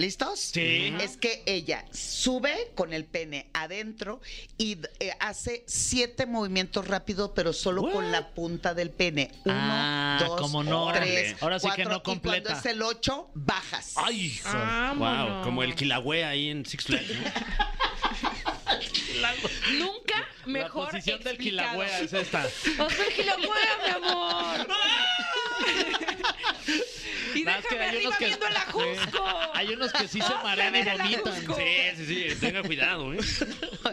Speaker 6: ¿Listos?
Speaker 3: Sí.
Speaker 6: Es que ella sube con el pene adentro y eh, hace siete movimientos rápidos, pero solo con la punta del pene. Uno,
Speaker 3: Ah,
Speaker 6: dos,
Speaker 3: como no,
Speaker 6: tres,
Speaker 3: órale. Ahora sí que
Speaker 6: cuatro,
Speaker 3: no
Speaker 6: y
Speaker 3: completa.
Speaker 6: cuando es el ocho, bajas.
Speaker 4: ¡Ay, hijo!
Speaker 2: Vámonos.
Speaker 4: Wow, como el Kilauea ahí en Six Flags. ¿no?
Speaker 2: Nunca mejor.
Speaker 3: la posición del
Speaker 2: explicado.
Speaker 3: quilagüea es esta.
Speaker 2: O sea, el quilagüea, mi amor. y
Speaker 3: Nada más que
Speaker 2: déjame
Speaker 3: hay
Speaker 2: arriba
Speaker 3: unos que-
Speaker 2: viendo a la Jusco.
Speaker 3: Sí. Hay unos que sí se
Speaker 2: Hazme
Speaker 3: marean y
Speaker 2: ver a la
Speaker 3: vomitan.
Speaker 2: Jusco.
Speaker 4: Sí, sí, sí, tenga cuidado, ¿eh?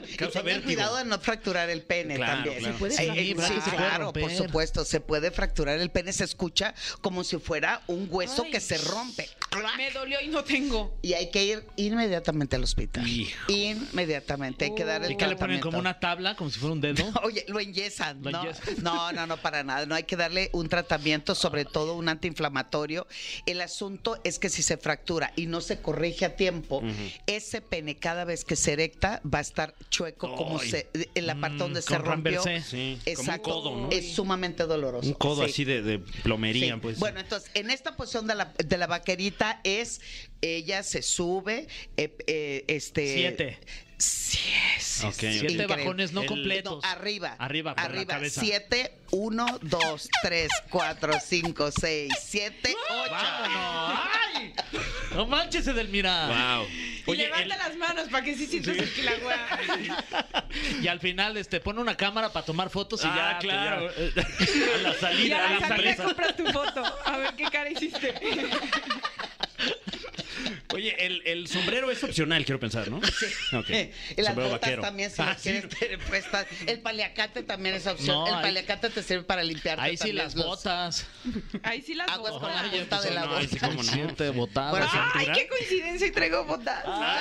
Speaker 6: Y
Speaker 4: Causa
Speaker 6: tengan
Speaker 4: vértigo.
Speaker 6: cuidado de no fracturar el pene
Speaker 4: Claro,
Speaker 6: también.
Speaker 4: claro. Se
Speaker 3: puede fracturar.
Speaker 6: sí,
Speaker 3: ¿verdad? Se puede
Speaker 6: claro,
Speaker 3: romper.
Speaker 6: por supuesto, se puede fracturar el pene. Se escucha como si fuera un hueso
Speaker 2: Ay.
Speaker 6: que se rompe. ¡Clac!
Speaker 2: Me dolió y no tengo.
Speaker 6: Y hay que ir inmediatamente al hospital.
Speaker 4: Hijo.
Speaker 6: Inmediatamente. Hay que dar el
Speaker 3: ¿Y qué le ponen?
Speaker 6: tratamiento.
Speaker 3: ¿Como una tabla? ¿Como si fuera un dedo?
Speaker 6: Oye, lo enyesan,
Speaker 3: Lo
Speaker 6: ¿no?
Speaker 3: enyesan.
Speaker 6: No, no, no, para nada. No hay que darle un tratamiento, sobre todo un antiinflamatorio. El asunto es que si se fractura y no se corrige a tiempo, ese pene cada vez que se erecta va a estar chueco como
Speaker 4: Ay.
Speaker 6: se, en la parte
Speaker 3: Mm,
Speaker 6: donde se
Speaker 3: con
Speaker 6: rompió.
Speaker 3: Ramversé.
Speaker 4: Sí,
Speaker 6: Exacto.
Speaker 4: como un codo, ¿no?
Speaker 6: Es sumamente doloroso.
Speaker 4: Un codo
Speaker 6: Sí.
Speaker 4: así de, de
Speaker 6: Sí.
Speaker 4: plomería, pues.
Speaker 6: Bueno, entonces, en esta posición de la, de la vaquerita, esta es, ella se sube, eh, eh, este...
Speaker 3: Siete.
Speaker 6: Sí,
Speaker 4: Ok,
Speaker 6: sí, sí,
Speaker 4: ok.
Speaker 3: Siete
Speaker 6: increíble.
Speaker 3: bajones no
Speaker 4: El-
Speaker 3: completos.
Speaker 6: No, arriba.
Speaker 3: Arriba, con la
Speaker 6: arriba.
Speaker 3: cabeza.
Speaker 6: 7, 1, 2, 3, 4, 5, 6, 7, 8.
Speaker 3: ¡Vámonos! ¡Ay! ¡No manches, Edelmira!
Speaker 4: Wow.
Speaker 2: Y levanta las manos para que sí sientas el quilagüea.
Speaker 3: Y al final, este, pone una cámara para tomar fotos y
Speaker 4: ah,
Speaker 3: ya. te-
Speaker 6: pues,
Speaker 4: claro.
Speaker 3: ya-
Speaker 4: a la
Speaker 2: Y
Speaker 4: salida,
Speaker 2: a
Speaker 4: a
Speaker 2: la
Speaker 4: la
Speaker 2: salida
Speaker 4: empresa.
Speaker 2: compras tu foto. A ver qué cara hiciste.
Speaker 4: Oye, el, el sombrero es opcional, quiero pensar, ¿no? Sí.
Speaker 6: Las
Speaker 4: sombrero
Speaker 6: botas
Speaker 4: vaquero.
Speaker 6: también, si
Speaker 4: Ah,
Speaker 6: las quieres
Speaker 4: sí.
Speaker 6: tener puestas. El paliacate también es opción.
Speaker 3: No,
Speaker 6: el
Speaker 3: ahí-
Speaker 6: paliacate te sirve para limpiar.
Speaker 3: Ahí sí las botas.
Speaker 2: Ahí sí las
Speaker 6: Aguas con la
Speaker 2: botas.
Speaker 6: punta de la
Speaker 4: Ah, no, ahí sí,
Speaker 6: bota.
Speaker 4: ¿cómo no?
Speaker 3: Siete botadas.
Speaker 6: Bueno,
Speaker 3: Ah,
Speaker 2: ¡Ay, qué coincidencia! Y traigo botas.
Speaker 3: Ah.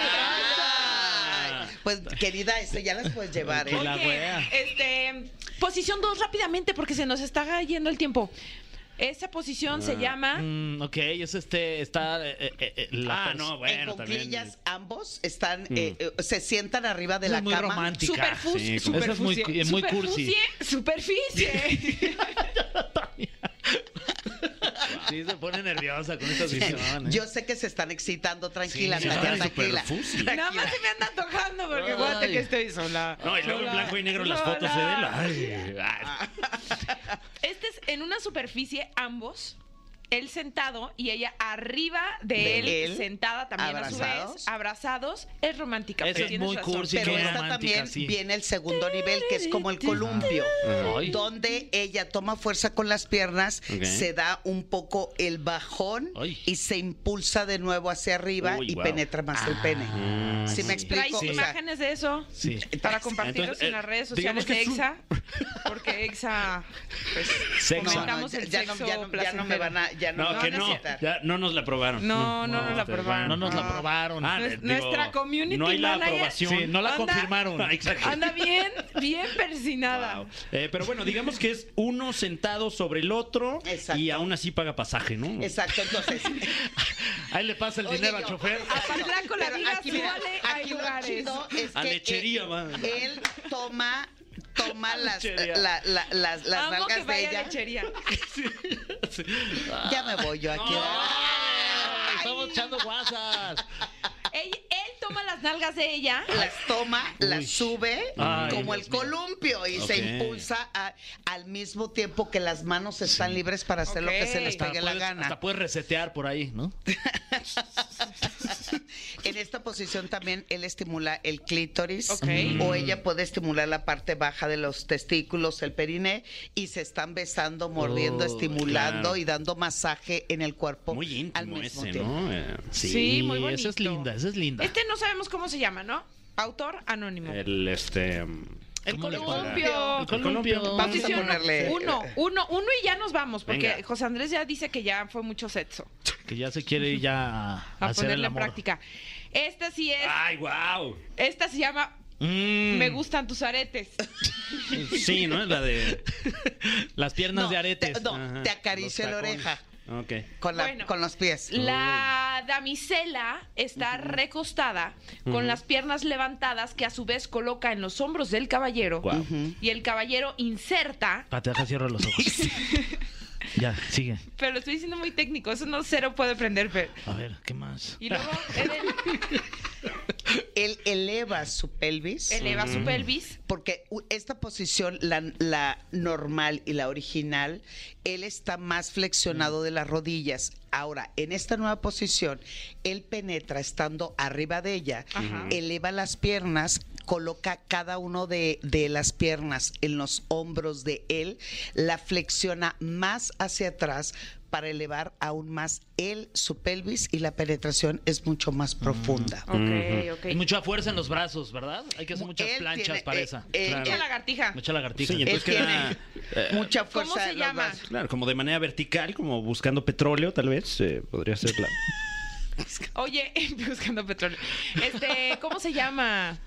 Speaker 6: Ay, Pues querida, eso ya las puedes llevar.
Speaker 3: Que
Speaker 6: ¿eh?
Speaker 3: la
Speaker 2: Oye,
Speaker 3: wea.
Speaker 2: este, posición 2 rápidamente porque se nos está yendo el tiempo. Esa posición se llama...
Speaker 3: Mm, ok, es este, está eh, eh, eh, la
Speaker 4: Ah,
Speaker 3: pers-
Speaker 4: no,
Speaker 6: En
Speaker 4: bueno, también.
Speaker 6: cuclillas ambos están, eh, eh, se sientan arriba de
Speaker 3: Mm. Eso
Speaker 6: la
Speaker 3: es muy
Speaker 6: cama.
Speaker 3: romántico. ¿eh?
Speaker 2: Superfusie.
Speaker 4: Sí, como-
Speaker 3: Esa es muy-
Speaker 2: superfusie,
Speaker 3: muy cursi.
Speaker 2: Superficie. superficie.
Speaker 3: Sí, se pone nerviosa con estas visiones.
Speaker 6: Yo sé que se están excitando, tranquila,
Speaker 4: Sí,
Speaker 6: Katia,
Speaker 4: ay,
Speaker 6: tranquila.
Speaker 4: superfusi.
Speaker 2: Nada más se me anda antojando porque fíjate
Speaker 3: Ay.
Speaker 2: que estoy sola.
Speaker 4: No, y luego en
Speaker 2: Sola,
Speaker 4: blanco y negro las
Speaker 2: sola.
Speaker 4: fotos de él. Ay, ay.
Speaker 2: Este es en una superficie, ambos. Él sentado y ella arriba de,
Speaker 6: De
Speaker 2: él,
Speaker 6: él,
Speaker 2: sentada también a su
Speaker 6: abrazados.
Speaker 2: vez, abrazados. Es romántica.
Speaker 3: Esa
Speaker 2: pero
Speaker 3: es
Speaker 2: tienes
Speaker 3: muy
Speaker 2: razón.
Speaker 3: cursi,
Speaker 6: Pero
Speaker 3: muy
Speaker 6: esta
Speaker 3: romántica,
Speaker 6: también
Speaker 3: sí.
Speaker 6: viene el segundo nivel, que es como el columpio,
Speaker 3: Ay.
Speaker 6: donde ella toma fuerza con las piernas,
Speaker 4: Ok.
Speaker 6: se da un poco el bajón
Speaker 3: Ay.
Speaker 6: y se impulsa de nuevo hacia arriba
Speaker 4: Uy,
Speaker 6: y
Speaker 4: wow.
Speaker 6: penetra más el pene.
Speaker 4: Ah,
Speaker 6: ¿Sí,
Speaker 4: sí.
Speaker 6: me explico?
Speaker 2: ¿Traes
Speaker 6: O sea,
Speaker 2: imágenes de eso?
Speaker 3: Sí.
Speaker 2: Para compartirlos
Speaker 4: Entonces,
Speaker 2: en
Speaker 4: eh,
Speaker 2: las redes sociales
Speaker 4: digamos que
Speaker 2: de
Speaker 4: es un-
Speaker 2: EXA. Porque EXA. Pues,
Speaker 3: Sexo.
Speaker 2: Comentamos
Speaker 6: ya,
Speaker 2: el
Speaker 6: ya no,
Speaker 2: sexo
Speaker 6: ya no- ya no me
Speaker 2: placentero.
Speaker 6: van a, ya no,
Speaker 4: No,
Speaker 6: me
Speaker 4: que
Speaker 6: van a
Speaker 4: no.
Speaker 6: citar.
Speaker 4: Ya no nos la aprobaron.
Speaker 2: No, no, nos la
Speaker 4: ustedes
Speaker 2: aprobaron.
Speaker 4: van.
Speaker 3: No nos la
Speaker 2: Ah.
Speaker 3: aprobaron.
Speaker 4: Ah,
Speaker 2: Nues-
Speaker 4: digo,
Speaker 2: nuestra community
Speaker 4: No hay la
Speaker 2: manager-
Speaker 4: aprobación.
Speaker 3: Sí, no la
Speaker 2: Anda.
Speaker 3: confirmaron.
Speaker 4: Ah, Exacto.
Speaker 2: Anda bien, bien persinada.
Speaker 4: Wow. Eh, pero bueno, digamos que es uno sentado sobre el otro
Speaker 6: Exacto.
Speaker 4: y aún así paga pasaje, ¿no?
Speaker 6: Exacto, entonces.
Speaker 3: Ahí le pasa el
Speaker 6: Oye,
Speaker 3: dinero al
Speaker 6: yo-
Speaker 3: chofer.
Speaker 2: A Patlán con la
Speaker 6: Pero
Speaker 2: vida
Speaker 6: aquí, mira,
Speaker 2: súbale, hay
Speaker 6: aquí lo
Speaker 2: lugares.
Speaker 6: chido es
Speaker 4: A
Speaker 6: que
Speaker 4: lechería,
Speaker 6: él,
Speaker 4: va.
Speaker 6: él toma toma las,
Speaker 3: lechería.
Speaker 6: la- la- las, las
Speaker 2: Amo que
Speaker 6: nalgas de
Speaker 2: vaya
Speaker 6: ella.
Speaker 2: lechería.
Speaker 6: Ya me voy yo aquí.
Speaker 3: Ay, Estamos echando guasas.
Speaker 2: Él, él toma las nalgas de ella.
Speaker 6: Las toma, las sube
Speaker 4: Ay,
Speaker 6: como
Speaker 4: Dios
Speaker 6: el
Speaker 4: mío.
Speaker 6: columpio y
Speaker 4: Ok.
Speaker 6: se impulsa a- al mismo tiempo que las manos están libres para hacer lo que se les
Speaker 2: Ok.
Speaker 3: Hasta
Speaker 6: pegue la
Speaker 3: puedes,
Speaker 6: gana.
Speaker 3: hasta puedes resetear por ahí, ¿no?
Speaker 6: En esta posición también él estimula el clítoris
Speaker 2: Ok.
Speaker 4: Mm.
Speaker 6: o ella puede estimular la parte baja de los testículos, el periné y se están besando, mordiendo,
Speaker 3: Oh,
Speaker 6: estimulando
Speaker 4: claro.
Speaker 6: y dando masaje en el cuerpo
Speaker 4: Muy
Speaker 6: al
Speaker 4: íntimo
Speaker 6: mismo
Speaker 4: ese,
Speaker 6: tiempo.
Speaker 4: ¿no? Eh,
Speaker 2: Sí, muy bonito.
Speaker 3: Esa es linda, esa es linda.
Speaker 2: Este no sabemos cómo se llama, ¿no? Autor anónimo.
Speaker 4: El este. mm,
Speaker 3: El
Speaker 4: ¿cómo le
Speaker 2: columpio.
Speaker 4: pondrá?
Speaker 3: El columpio.
Speaker 6: Vamos a
Speaker 2: Posición
Speaker 6: ponerle- eh,
Speaker 2: uno, uno, uno y ya nos vamos, porque
Speaker 4: Venga.
Speaker 2: José Andrés ya dice que ya fue mucho sexo.
Speaker 3: Que ya se quiere ir ya a,
Speaker 2: A
Speaker 3: hacer el
Speaker 2: ponerla en
Speaker 3: amor.
Speaker 2: práctica. Esta sí es,
Speaker 4: Ay, wow.
Speaker 2: esta se llama
Speaker 3: Mm.
Speaker 2: Me gustan tus aretes.
Speaker 4: Sí, ¿no? La de.
Speaker 3: Las piernas
Speaker 6: No,
Speaker 3: de aretes.
Speaker 6: te- no,
Speaker 4: Ajá,
Speaker 6: te acaricio
Speaker 4: los
Speaker 6: la
Speaker 4: tacones.
Speaker 6: oreja
Speaker 4: Ok.
Speaker 6: con, la-
Speaker 2: Bueno.
Speaker 6: con los pies.
Speaker 2: La damisela está recostada con las piernas levantadas que a su vez coloca en los hombros del caballero
Speaker 4: Guau.
Speaker 2: y el caballero inserta,
Speaker 3: Pate, deja, cierro los ojos. ya, sigue.
Speaker 2: pero lo estoy diciendo muy técnico, eso no cero puede prender, pero...
Speaker 3: A ver, ¿qué más?
Speaker 2: Y luego él
Speaker 6: Él eleva su pelvis.
Speaker 2: eleva su pelvis.
Speaker 6: porque u- esta posición, la, la normal y la original, él está más flexionado de las rodillas. Ahora, en esta nueva posición, él penetra estando arriba de ella,
Speaker 2: Ajá.
Speaker 6: eleva las piernas, coloca cada uno de, de las piernas en los hombros de él, la flexiona más hacia atrás para elevar aún más él su pelvis y la penetración es mucho más profunda.
Speaker 2: Ok, ok.
Speaker 3: Hay mucha fuerza en los brazos, ¿verdad? Hay que hacer
Speaker 6: Mu-
Speaker 3: muchas
Speaker 6: él
Speaker 3: planchas
Speaker 6: tiene,
Speaker 3: para
Speaker 6: eh,
Speaker 3: esa.
Speaker 6: él-
Speaker 2: Mucha lagartija.
Speaker 3: Mucha lagartija.
Speaker 4: Sí,
Speaker 6: Él
Speaker 4: entonces queda. eh,
Speaker 6: tiene mucha fuerza.
Speaker 2: ¿Cómo se
Speaker 6: en los
Speaker 2: llama?
Speaker 6: brazos.
Speaker 4: Claro, como de manera vertical, como buscando petróleo, tal vez. eh, podría ser la.
Speaker 2: Oye, buscando petróleo. Este, ¿cómo se llama?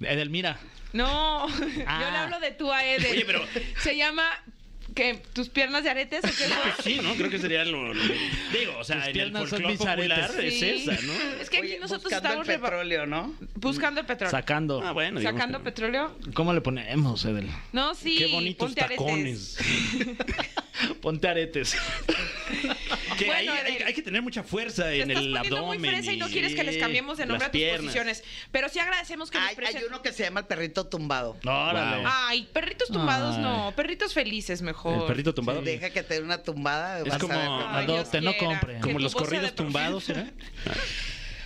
Speaker 3: Edelmira.
Speaker 2: No, yo le
Speaker 3: Ah.
Speaker 2: hablo de tú a Eder.
Speaker 4: Oye, pero-
Speaker 2: Se llama que tus piernas de aretes o qué fue?
Speaker 4: Pues Sí, ¿no? Creo que sería lo. lo- digo, o sea,
Speaker 3: Tus
Speaker 4: en el
Speaker 3: piernas son
Speaker 4: folclore
Speaker 3: mis aretes.
Speaker 4: popular es
Speaker 2: Sí.
Speaker 4: esa, ¿no?
Speaker 2: Es que aquí
Speaker 6: Oye,
Speaker 2: nosotros
Speaker 6: buscando
Speaker 2: estamos
Speaker 6: el
Speaker 2: reba-
Speaker 6: petróleo, ¿no?
Speaker 2: buscando el petróleo.
Speaker 3: Sacando.
Speaker 4: Ah, bueno. digamos
Speaker 2: Sacando
Speaker 4: que-
Speaker 2: petróleo.
Speaker 3: ¿Cómo le ponemos, Edel?
Speaker 2: No, sí.
Speaker 4: Qué bonitos
Speaker 2: ponte aretes.
Speaker 4: tacones.
Speaker 3: Ponte aretes.
Speaker 4: Que
Speaker 2: Bueno,
Speaker 4: ahí hay,
Speaker 2: Eder.
Speaker 4: hay que tener mucha fuerza en
Speaker 2: Te estás
Speaker 4: el
Speaker 2: poniendo
Speaker 4: abdomen.
Speaker 2: muy fresa y no quieres que les cambiemos de nombre
Speaker 4: las
Speaker 2: a tus
Speaker 4: piernas.
Speaker 2: posiciones. Pero sí agradecemos que nos
Speaker 6: Hay, hay
Speaker 2: presenten.
Speaker 6: uno que se llama el perrito tumbado.
Speaker 3: Órale.
Speaker 4: Wow.
Speaker 2: Ay, perritos tumbados
Speaker 3: Ay.
Speaker 2: no, perritos felices mejor.
Speaker 4: El perrito tumbado.
Speaker 6: Deja que te dé una tumbada.
Speaker 4: Es
Speaker 6: vas a
Speaker 4: como-
Speaker 6: ver.
Speaker 2: Ay, Dios
Speaker 3: Adopte, no
Speaker 2: quiera.
Speaker 3: compre.
Speaker 2: Que
Speaker 4: Como
Speaker 2: tu
Speaker 4: los
Speaker 2: voz sea
Speaker 4: corridos
Speaker 2: de perfil.
Speaker 4: tumbados, ¿eh? ¿será?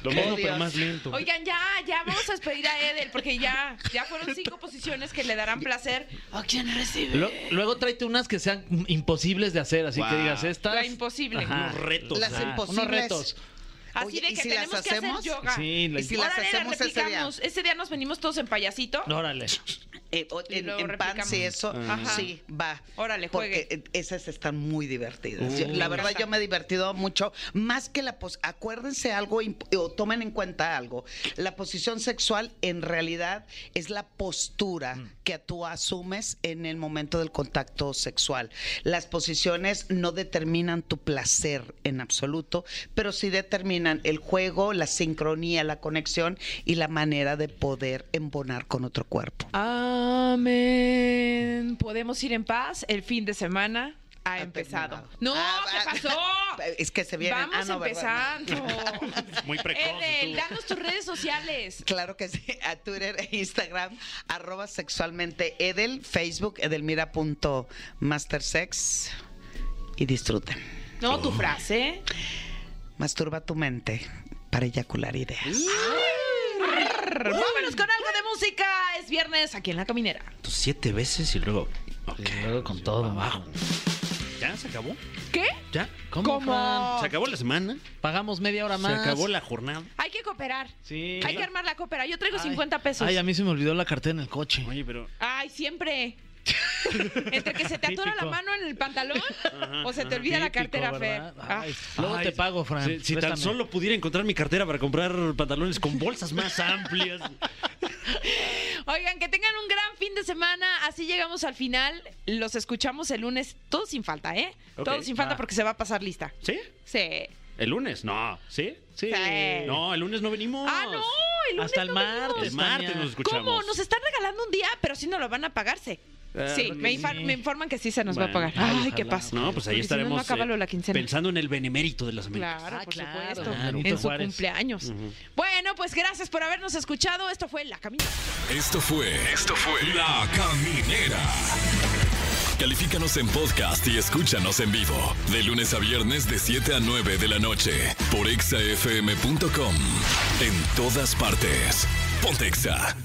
Speaker 4: Lo
Speaker 6: Oh,
Speaker 4: mismo, pero
Speaker 6: Dios.
Speaker 4: más lento.
Speaker 2: Oigan, ya, ya vamos a despedir a Edel porque ya, ya fueron cinco posiciones que le darán placer a quien recibe.
Speaker 3: Lo- luego tráete unas que sean imposibles de hacer, así que
Speaker 4: Wow.
Speaker 3: digas estas.
Speaker 2: La imposible.
Speaker 3: Ajá.
Speaker 4: Unos retos. ¿eh?
Speaker 6: Las
Speaker 3: Ajá,
Speaker 6: imposibles.
Speaker 3: Unos retos.
Speaker 2: Así
Speaker 6: Oye,
Speaker 2: de
Speaker 6: ¿y
Speaker 2: que
Speaker 6: si las
Speaker 2: tenemos que hacer
Speaker 6: hacemos?
Speaker 2: yoga.
Speaker 3: Sí, la-
Speaker 6: Y si las
Speaker 2: Órale,
Speaker 6: hacemos ese día.
Speaker 2: replicamos. Ese día nos venimos todos en payasito.
Speaker 3: Órale.
Speaker 6: Eh, o-
Speaker 2: Y
Speaker 6: en,
Speaker 2: luego
Speaker 6: en pan,
Speaker 2: replicamos.
Speaker 6: sí, eso,
Speaker 2: Ajá.
Speaker 6: sí, va.
Speaker 2: Órale,
Speaker 6: Porque
Speaker 2: juegue.
Speaker 6: eh, esas están muy divertidas. Yo-
Speaker 2: Uh.
Speaker 6: la
Speaker 2: Me
Speaker 6: verdad,
Speaker 2: encanta.
Speaker 6: yo me he divertido mucho. Más que la pos acuérdense algo imp- o tomen en cuenta algo. La posición sexual en realidad es la postura que tú asumes en el momento del contacto sexual. Las posiciones no determinan tu placer en absoluto, pero sí determinan el juego, la sincronía, la conexión y la manera de poder embonar con otro cuerpo.
Speaker 2: Amén. Podemos ir en paz. El fin de semana ha,
Speaker 6: Ha
Speaker 2: empezado. Eh, No,
Speaker 6: terminado. Ah,
Speaker 2: ¿qué
Speaker 6: va-
Speaker 2: pasó?
Speaker 6: Es que se vienen.
Speaker 2: Vamos
Speaker 6: Ah, no, ¿verdad?
Speaker 2: empezando. em-
Speaker 4: Muy precoz.
Speaker 2: Edel,
Speaker 4: tú.
Speaker 2: danos tus redes sociales.
Speaker 6: Claro que sí, a Twitter e Instagram, arroba sexualmente Edel, Facebook, edelmira.mastersex y disfruten.
Speaker 2: No, tu frase.
Speaker 6: Masturba tu mente para eyacular ideas.
Speaker 2: Vámonos con algo de música. Es viernes aquí en La Caminera.
Speaker 4: Siete veces y luego. Ok.
Speaker 3: Y luego con todo.
Speaker 4: Abajo. ¿Ya se acabó?
Speaker 2: ¿Qué?
Speaker 4: ¿Ya?
Speaker 3: ¿Cómo?
Speaker 2: ¿Cómo?
Speaker 3: Fran?
Speaker 4: ¿Se acabó la semana?
Speaker 3: Pagamos media hora
Speaker 4: ¿Se
Speaker 3: más.
Speaker 4: acabó la jornada?
Speaker 2: Hay que cooperar.
Speaker 3: Sí.
Speaker 2: Hay que armar la coopera. Yo traigo
Speaker 3: Ay.
Speaker 2: 50 pesos.
Speaker 3: Ay, a
Speaker 2: Ay,
Speaker 3: mí se me olvidó la cartera en el coche.
Speaker 4: Oye, pero.
Speaker 2: siempre. Entre que se te atora la
Speaker 3: Típico.
Speaker 2: mano en el pantalón o se te olvida la cartera,
Speaker 3: Típico,
Speaker 2: Fer.
Speaker 3: ¿verdad?
Speaker 2: Ah.
Speaker 3: Ay, Luego
Speaker 4: Ay,
Speaker 3: te pago, Fran.
Speaker 4: Si, si tan
Speaker 3: Préstame.
Speaker 4: solo pudiera encontrar mi cartera para comprar pantalones con bolsas más amplias.
Speaker 2: Oigan, que tengan un gran fin de semana. Así llegamos al final. Los escuchamos el lunes. Todo sin falta, ¿eh?
Speaker 4: Ok.
Speaker 2: Todo sin falta
Speaker 3: Ah.
Speaker 2: porque se va a pasar lista.
Speaker 4: ¿Sí?
Speaker 2: Sí.
Speaker 4: ¿El lunes? No. ¿sí?
Speaker 2: Sí.
Speaker 4: No, el lunes no venimos.
Speaker 2: Ah, no. El lunes
Speaker 3: Hasta el
Speaker 2: no venimos.
Speaker 3: martes.
Speaker 4: El martes
Speaker 3: Tania.
Speaker 4: nos escuchamos.
Speaker 2: ¿Cómo? Nos están regalando un día, pero sí nos lo van a pagarse.
Speaker 4: Ah,
Speaker 2: sí,
Speaker 4: porque
Speaker 2: me, infar-
Speaker 3: sí.
Speaker 2: me informan que sí se nos va a pagar.
Speaker 4: Bueno.
Speaker 2: Ay,
Speaker 3: Ay,
Speaker 2: qué
Speaker 3: ojalá.
Speaker 2: pasa.
Speaker 4: No, pues
Speaker 2: Porque
Speaker 4: ahí
Speaker 2: si no,
Speaker 4: estaremos
Speaker 2: no acaba lo de la quincena.
Speaker 4: pensando en el benemérito de las Américas.
Speaker 2: Claro,
Speaker 3: Ah,
Speaker 2: por
Speaker 3: claro,
Speaker 2: supuesto.
Speaker 3: claro.
Speaker 2: en
Speaker 3: Benito
Speaker 2: su
Speaker 3: Juárez.
Speaker 2: cumpleaños. Bueno, pues gracias por habernos escuchado. Esto fue La Camina.
Speaker 1: Esto fue. Esto fue. La Caminera. Califícanos en podcast y escúchanos en vivo. De lunes a viernes de 7 a 9 de la noche. Por exafm.com. En todas partes. Pontexa.